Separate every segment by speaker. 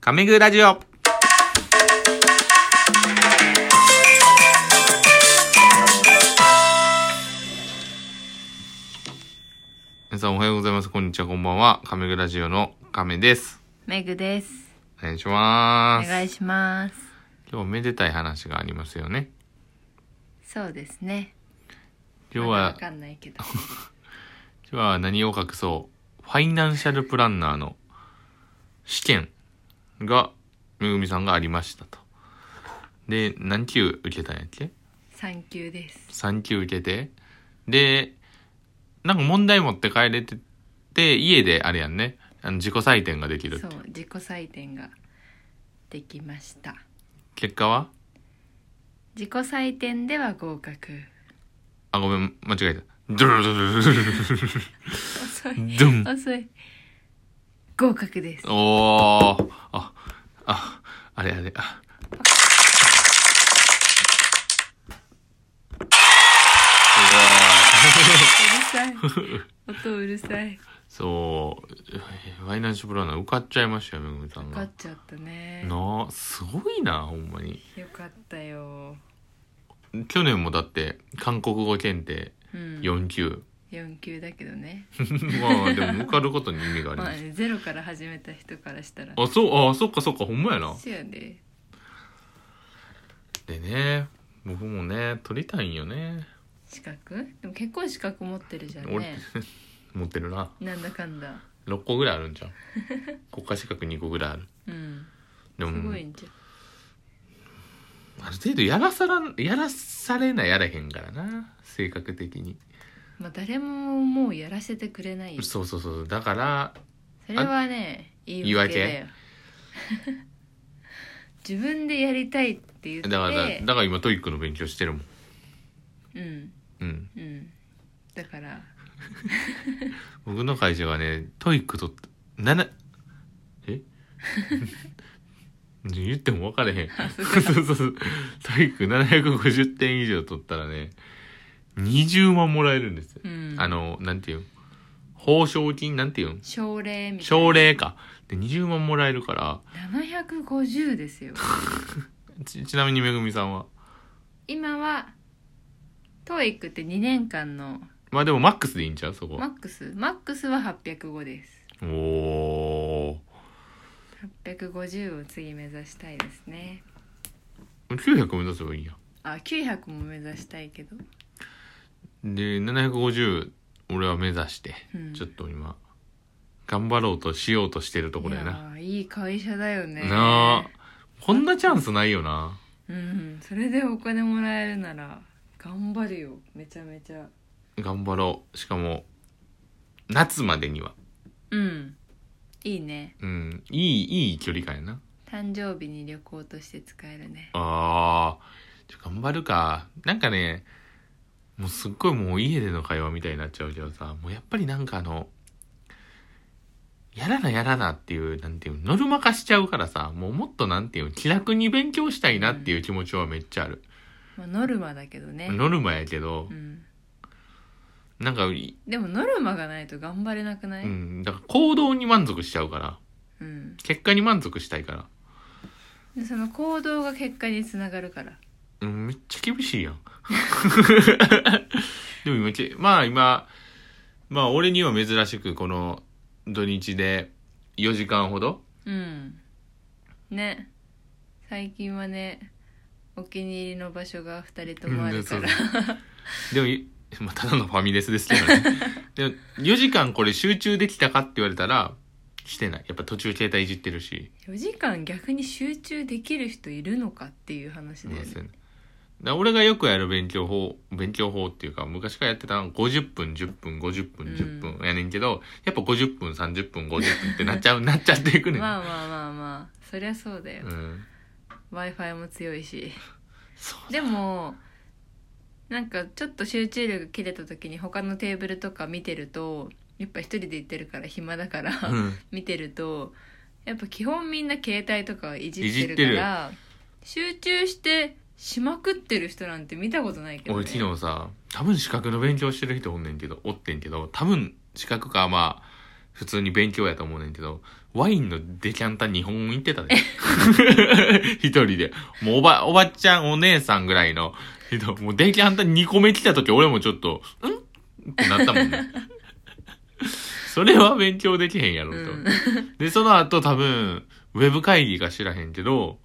Speaker 1: 亀宮ラジオ皆さんおはようございます。こんにちは、こんばんは。亀宮ラジオの亀です。
Speaker 2: メグです。
Speaker 1: お願いし
Speaker 2: お
Speaker 1: ます。
Speaker 2: 願いします。
Speaker 1: 今日めでたい話がありますよね。
Speaker 2: そうですね。
Speaker 1: 今日
Speaker 2: まだわ
Speaker 1: は、
Speaker 2: かんない けど。
Speaker 1: 今日は何を隠そう。ファイナンシャルプランナーの試験が、めぐみさんがありましたと。で、何級受けたんやっけ
Speaker 2: 三級です。
Speaker 1: 3級受けてでなんか問題持って帰れてて家であれやんねあの自己採点ができる
Speaker 2: そう、自己採点ができました。
Speaker 1: 結果は
Speaker 2: 自己採点では合格。
Speaker 1: あごめん間違えたドゥルルルルルル
Speaker 2: 遅い。
Speaker 1: ルドゥン
Speaker 2: 遅い。合格です。
Speaker 1: おーあああれあれあす
Speaker 2: うるさい。音うるさい。
Speaker 1: ごいそうえーファイナンシャルプランナー受かっちゃいましたよめぐみさん
Speaker 2: 分か
Speaker 1: が
Speaker 2: っちゃったね。
Speaker 1: なあすごいなほんまに
Speaker 2: よかったよ。
Speaker 1: 去年もだって韓国語検定
Speaker 2: うん。
Speaker 1: 4級
Speaker 2: 四級だけどね。
Speaker 1: まあでも受かることに意味があり
Speaker 2: まあ
Speaker 1: ます
Speaker 2: ね、ゼロから始めた人からしたら。
Speaker 1: あそうあそっかそっかほんまやな
Speaker 2: そやで。
Speaker 1: でね僕もね取りたいんよね
Speaker 2: 資格でも結構資格持ってるじゃん
Speaker 1: 俺
Speaker 2: ね
Speaker 1: 持ってるな
Speaker 2: なんだかんだ
Speaker 1: 6個ぐらいある んじゃん国家資格2個ぐらいある
Speaker 2: うん
Speaker 1: でも
Speaker 2: すごいんじゃん
Speaker 1: ある程度やらさらやらされなやらへんからな性格的に
Speaker 2: まあ誰ももうやらせてくれないよそ
Speaker 1: そうそうそうだから
Speaker 2: れはね言い訳だよ 自分でやりたいって言って
Speaker 1: だからだだから今トイックの勉強してるもん
Speaker 2: うん
Speaker 1: うん
Speaker 2: うんだから
Speaker 1: 僕の会社がねトイックと7え 言っても分かれへん そうそうそうトイック750点以上取ったらね20万もらえるんですよ、
Speaker 2: うん
Speaker 1: あのなんていうん報奨金なんていうん
Speaker 2: 奨励みたい
Speaker 1: 奨励かで20万もらえるから
Speaker 2: な750で すよ
Speaker 1: ちちなみにめぐみさんは
Speaker 2: 今は TOEIC って2年間の
Speaker 1: まあでもマックスでいいんちゃうそこ
Speaker 2: マックスマックスは805です
Speaker 1: おお
Speaker 2: 850を次目指したいですね
Speaker 1: ー900目指せばいいや
Speaker 2: あ900も目指したいけど
Speaker 1: で750俺は目指して、
Speaker 2: うん
Speaker 1: ちょっと今頑張ろうとしようとしてるところやな、
Speaker 2: いやーいい会社だよね
Speaker 1: なあこんなチャンスないよな
Speaker 2: うんそれでお金もらえるなら頑張るよめちゃめちゃ
Speaker 1: 頑張ろうしかも夏までには
Speaker 2: うんいいね
Speaker 1: うんいいいい距離感やな
Speaker 2: 誕生日に旅行として使えるね
Speaker 1: あーちょ頑張るかなんかねもうすっごいもう家での会話みたいになっちゃうけどさもうやっぱりなんかあのやらなやらなっていうなんていうノルマ化しちゃうからさもうもっとなんていう気楽に勉強したいなっていう気持ちはめっちゃある、
Speaker 2: まあノルマだけどね
Speaker 1: ノルマやけど
Speaker 2: うん
Speaker 1: なんかい
Speaker 2: でもノルマがないと頑張れなくな
Speaker 1: う
Speaker 2: いうん、
Speaker 1: んだから行動に満足しちゃうから結果に満足したいから、
Speaker 2: でその行動が結果につながるから
Speaker 1: うん、めっちゃ厳しいやん でも今けまあ今まあ俺には珍しくこの土日で4時間ほど
Speaker 2: うんね最近はねお気に入りの場所が2人ともあるか
Speaker 1: うん
Speaker 2: ら
Speaker 1: そうでもい、まあ、ただのファミレスですけどねでも4時間これ集中できたかって言われたらしてないやっぱ途中携帯いじってるし
Speaker 2: 4時間逆に集中できる人いるのかっていう話だよ
Speaker 1: そう
Speaker 2: ね
Speaker 1: ねだから俺がよくやる勉強法勉強法っていうか昔からやってたのは50分10分50分10分やねんけど、やっぱ50分30分50分ってなっちゃうなっちゃっていくねん、
Speaker 2: まあまあまあまあそりゃそうだよ
Speaker 1: う、ん
Speaker 2: w i f i も強いし
Speaker 1: そう
Speaker 2: でもなんかちょっと集中力切れた時に他のテーブルとか見てるとやっぱ一人で行ってるから暇だから、
Speaker 1: うん
Speaker 2: 見てるとやっぱ基本みんな携帯とかいじってるから集中してしまくってる人なんて見たことないけど、ね、
Speaker 1: 俺昨日さ多分資格の勉強してる人おんねんけどおってんけど多分資格かまあ普通に勉強やと思うねんけど、ワインのデキャンタ2本行ってたで。 一人で。もうおば、おばちゃん、お姉さんぐらいの人、もうデキャンタ2個目来た時俺もちょっと、んってなったもんね。 それは勉強できへんやろ
Speaker 2: う
Speaker 1: と。
Speaker 2: ん、
Speaker 1: で、その後多分、ウェブ会議か知らへんけど、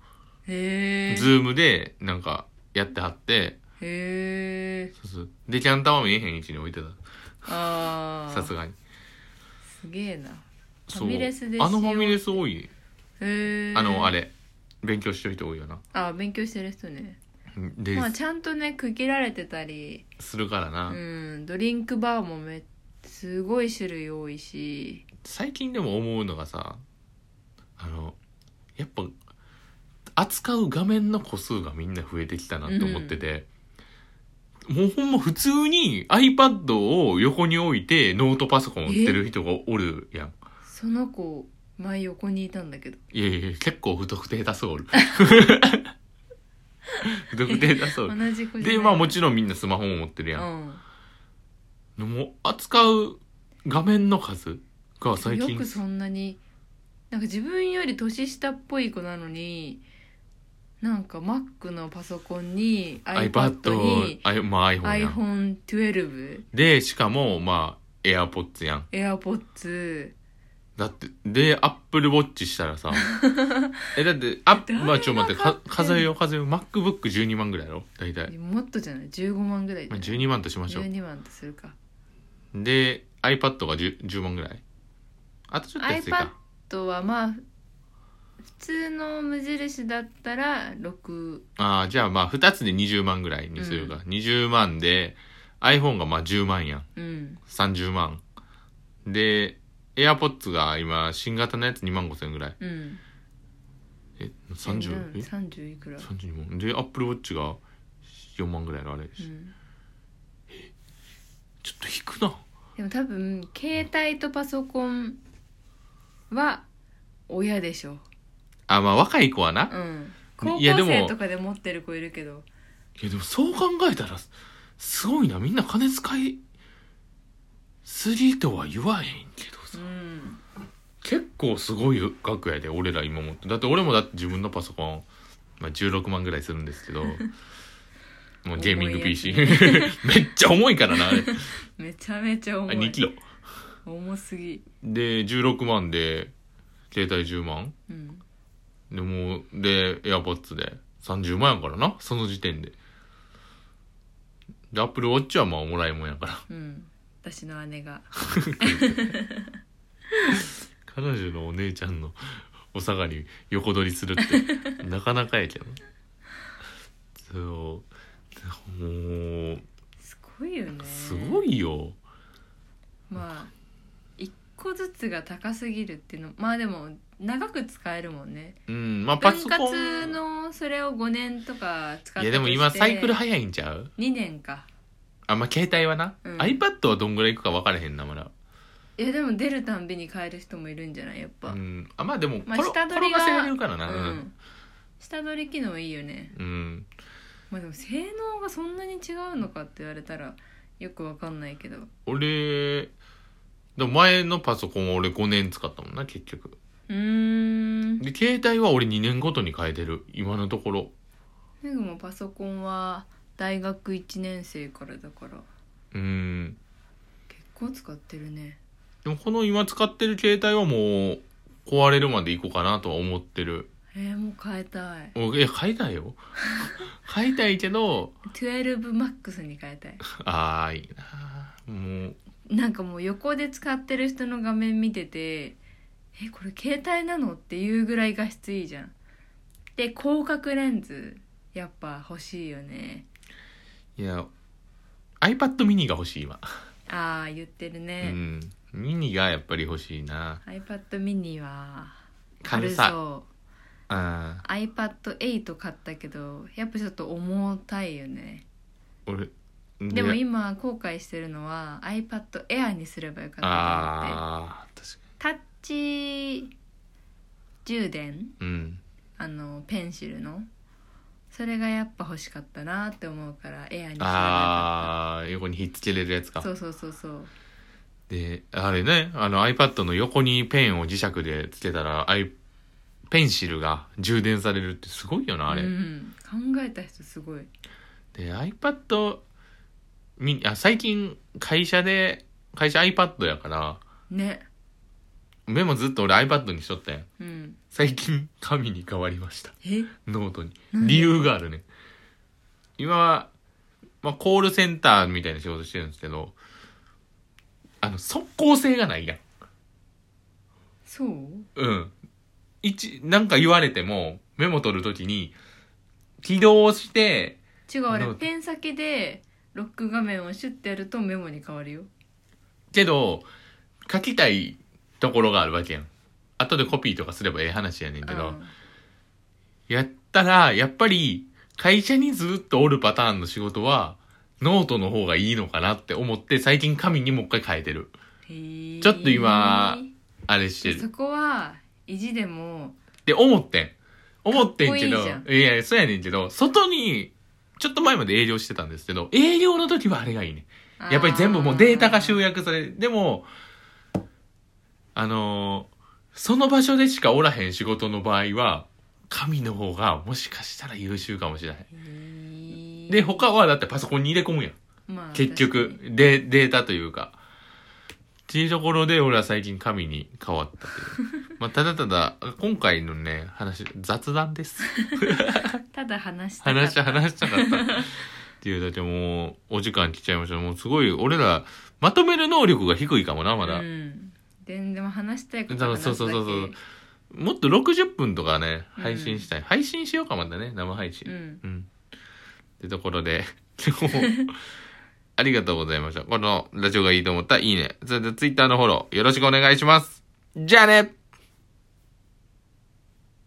Speaker 2: へえ
Speaker 1: ズームでなんかやってはって、
Speaker 2: へえ
Speaker 1: そうそうデキャンタは見えへん位置に置いて
Speaker 2: あ
Speaker 1: た。
Speaker 2: あ
Speaker 1: さすがに。
Speaker 2: すげえなフ
Speaker 1: そ
Speaker 2: ァ
Speaker 1: う。
Speaker 2: ミレスで
Speaker 1: あのファミレ
Speaker 2: ス
Speaker 1: ス多い。
Speaker 2: へえ
Speaker 1: あの、あれ。勉強してる人多いよな。
Speaker 2: あ勉強してる人ね
Speaker 1: で、
Speaker 2: まあちゃんとね区切られてたり
Speaker 1: するからな、
Speaker 2: うんドリンクバーもめすごい種類多いし
Speaker 1: 最近でも思うのがさあのやっぱ扱う画面の個数がみんな増えてきたなって思ってて、もうほんま普通に iPad を横に置いてノートパソコン売ってる人がおるやん
Speaker 2: その子前横にいたんだけど
Speaker 1: いやいや結構不特定多数お る不特定多数お
Speaker 2: 同
Speaker 1: る
Speaker 2: じ子じゃない
Speaker 1: でまあもちろんみんなスマホも持ってるやん、もう扱う画面の数が
Speaker 2: うん、
Speaker 1: 最
Speaker 2: よ
Speaker 1: 近
Speaker 2: くそんなになんか自分より年下っぽい子なのになんか Mac のパソコンに iPad に
Speaker 1: iPad あいまあ iPhone やん
Speaker 2: iPhone12AirPods
Speaker 1: でしかもまあ AirPods やんだってで AppleWatch したら さえだってあ
Speaker 2: 誰が
Speaker 1: まあちょっと待って
Speaker 2: 買っ
Speaker 1: か
Speaker 2: てんの
Speaker 1: 数えよう数えよう MacBook12 万ぐらいやろ大体、
Speaker 2: もっとじゃない15万ぐらいじ
Speaker 1: ま
Speaker 2: ゃ
Speaker 1: あ、
Speaker 2: ない
Speaker 1: 12万としましょう
Speaker 2: 12万とするか
Speaker 1: で iPad が 10, 10万ぐらいあとちょっと安いか
Speaker 2: iPad はまあ普通の無印だったら6
Speaker 1: ああじゃあまあ2つで20万ぐらいにするか、20万で iPhone がまあ10万やん
Speaker 2: うん
Speaker 1: 30万で AirPods が今新型のやつ2万5千ぐらい
Speaker 2: うん
Speaker 1: え30え
Speaker 2: 30いくら、
Speaker 1: 32万でアップルウォッチが4万ぐらいのあれ、
Speaker 2: うん、
Speaker 1: ちょっと引くな
Speaker 2: でも多分携帯とパソコンは親でしょ
Speaker 1: あまあ若い子はな、
Speaker 2: うん高校
Speaker 1: いやでも
Speaker 2: 生とかで持ってる子いるけど
Speaker 1: いやでもそう考えたらすごいなみんな金使いすぎとは言わへんけど
Speaker 2: う
Speaker 1: さ
Speaker 2: ん
Speaker 1: 結構すごい額やで俺ら今持ってだって俺もだって自分のパソコン、まあ、16万ぐらいするんですけ どもうゲーミング
Speaker 2: 重いやつ
Speaker 1: PC め
Speaker 2: ね
Speaker 1: っちゃ重いからなあれ
Speaker 2: めちゃめちゃ
Speaker 1: あ
Speaker 2: 重い
Speaker 1: 2キロ
Speaker 2: 重すぎ
Speaker 1: で16万で携帯10万
Speaker 2: うん
Speaker 1: でもうで AirPods で30万やからなその時点でで AppleWatch はまあもらいもんやから
Speaker 2: うん私の姉が
Speaker 1: 彼女のお姉ちゃんのお下がり横取りする ってなかなかやけどそうもう
Speaker 2: すごいよね
Speaker 1: すごいよ
Speaker 2: まあ一個ずつが高すぎるっていうのまあでも長く使えるもんね
Speaker 1: うんまあパ
Speaker 2: 分
Speaker 1: ソコ
Speaker 2: 割
Speaker 1: ン
Speaker 2: のそれを5年とか使っ
Speaker 1: い
Speaker 2: て
Speaker 1: やでも今サイクル早いんちゃう
Speaker 2: 2年か
Speaker 1: あまあ携帯はな、
Speaker 2: うん
Speaker 1: iPad はどんぐらいいくか分からへんなまだ
Speaker 2: いやでも出るたんびに変える人もいるんじゃないやっぱ、
Speaker 1: うん、あまあでも、
Speaker 2: まあ
Speaker 1: 転
Speaker 2: 下取り
Speaker 1: 転
Speaker 2: が
Speaker 1: がせられるからな
Speaker 2: う
Speaker 1: うん
Speaker 2: 下取り機能いいよね
Speaker 1: ん、うん、
Speaker 2: まあでも性能がそんなに違うのかって言われたらよくわかんないけど
Speaker 1: 俺でも前のパソコンは俺5年使ったもんな結局
Speaker 2: うーん
Speaker 1: で携帯は俺2年ごとに変えてる今のところ
Speaker 2: メグもパソコンは大学1年生からだから
Speaker 1: うん
Speaker 2: 結構使ってるね
Speaker 1: でもこの今使ってる携帯はもう壊れるまでいこうかなとは思ってる
Speaker 2: えー、もう変えたい
Speaker 1: おいや買いたいよ 買いたいけど
Speaker 2: 12MAX に変えたい
Speaker 1: ああいいなもう
Speaker 2: なんかもう横で使ってる人の画面見てて「えこれ携帯なの?」っていうぐらい画質いいじゃん。で広角レンズやっぱ欲しいよね。
Speaker 1: いや iPad ミニが欲しい今、
Speaker 2: ああ言ってる
Speaker 1: う
Speaker 2: ね。
Speaker 1: んミニがやっぱり欲しいな
Speaker 2: iPad mini は
Speaker 1: 軽さ
Speaker 2: そ
Speaker 1: あー
Speaker 2: う。iPad8 買ったけどやっぱちょっと重たいよね。
Speaker 1: 俺
Speaker 2: でも今後悔してるのは iPad Air にすればよかったと思って。
Speaker 1: ああ確か
Speaker 2: タッチ充電
Speaker 1: にうん
Speaker 2: あのペンシルのそれがやっぱ欲しかったなって思うからエアにしなか
Speaker 1: ああ横にひっつけれるやつ
Speaker 2: った
Speaker 1: か
Speaker 2: そうそうそうそう
Speaker 1: で、あれね、あの iPad の横にペンを磁石でつけたら、アイペンシルが充電されるってすごいよな、あれ。
Speaker 2: うん、考えた人すごい
Speaker 1: で、iPad、みあ最近会社で、会社 iPad やから、
Speaker 2: ね
Speaker 1: メモずっと俺 iPad にしとったやん。
Speaker 2: うん
Speaker 1: 最近紙に変わりました。
Speaker 2: え
Speaker 1: ノートに。
Speaker 2: なんで
Speaker 1: 理由があるね。今は、まあ、コールセンターみたいな仕事してるんですけど、あの、即効性がないやん。
Speaker 2: そう
Speaker 1: うん。一、なんか言われても、メモ取るときに、起動して、
Speaker 2: 違うあ
Speaker 1: ノー
Speaker 2: れ
Speaker 1: ト
Speaker 2: ペン先でロック画面をシュッてやるとメモに変わるよ
Speaker 1: けど、書きたいところがあるわけやん。後でコピーとかすればええ話やねんけど、
Speaker 2: うん
Speaker 1: やったら、やっぱり、会社にずっとおるパターンの仕事は、ノートの方がいいのかなって思って、最近紙にもう一回変えてる。
Speaker 2: へー
Speaker 1: ちょっと今あれして
Speaker 2: そ
Speaker 1: る。
Speaker 2: こは意地でも
Speaker 1: で、思ってん。思ってんけ
Speaker 2: かっ
Speaker 1: ど、
Speaker 2: こ
Speaker 1: い
Speaker 2: いいじゃん
Speaker 1: やいや、そうやねんけど、外に、ちょっと前まで営業してたんですけど、営業の時はあれがいいね。やっぱり全部もうデータが集
Speaker 2: 約
Speaker 1: 約され、でも、あのーその場所でしかおらへん仕事の場合は、紙の方がもしかしたら優秀かもしれない。で、他はだってパソコンに入れ込むやん。
Speaker 2: まあ
Speaker 1: 結
Speaker 2: 確
Speaker 1: 局
Speaker 2: か、
Speaker 1: で、データというか。っていうところで、俺は最近紙に変わったと いう。まあ、ただただ、今回のね、話、雑談 です。
Speaker 2: にただ話したかっ
Speaker 1: 話したた、話したかった。っていうだけもう、お時間来ちゃいました。もうすごい、俺ら、まとめる能力が低いかもな、まだ。
Speaker 2: うん、全然話したいこと
Speaker 1: だから
Speaker 2: 話すだけ
Speaker 1: そうそうそうそうもっと60分とかね、
Speaker 2: うん
Speaker 1: 配信したい。配信しようか、またね、生配信。
Speaker 2: うん
Speaker 1: うん。ってところで、今日もありがとうございました。このラジオがいいと思ったらいいね。それでツイッターのフォローよろしくお願いします。じゃあね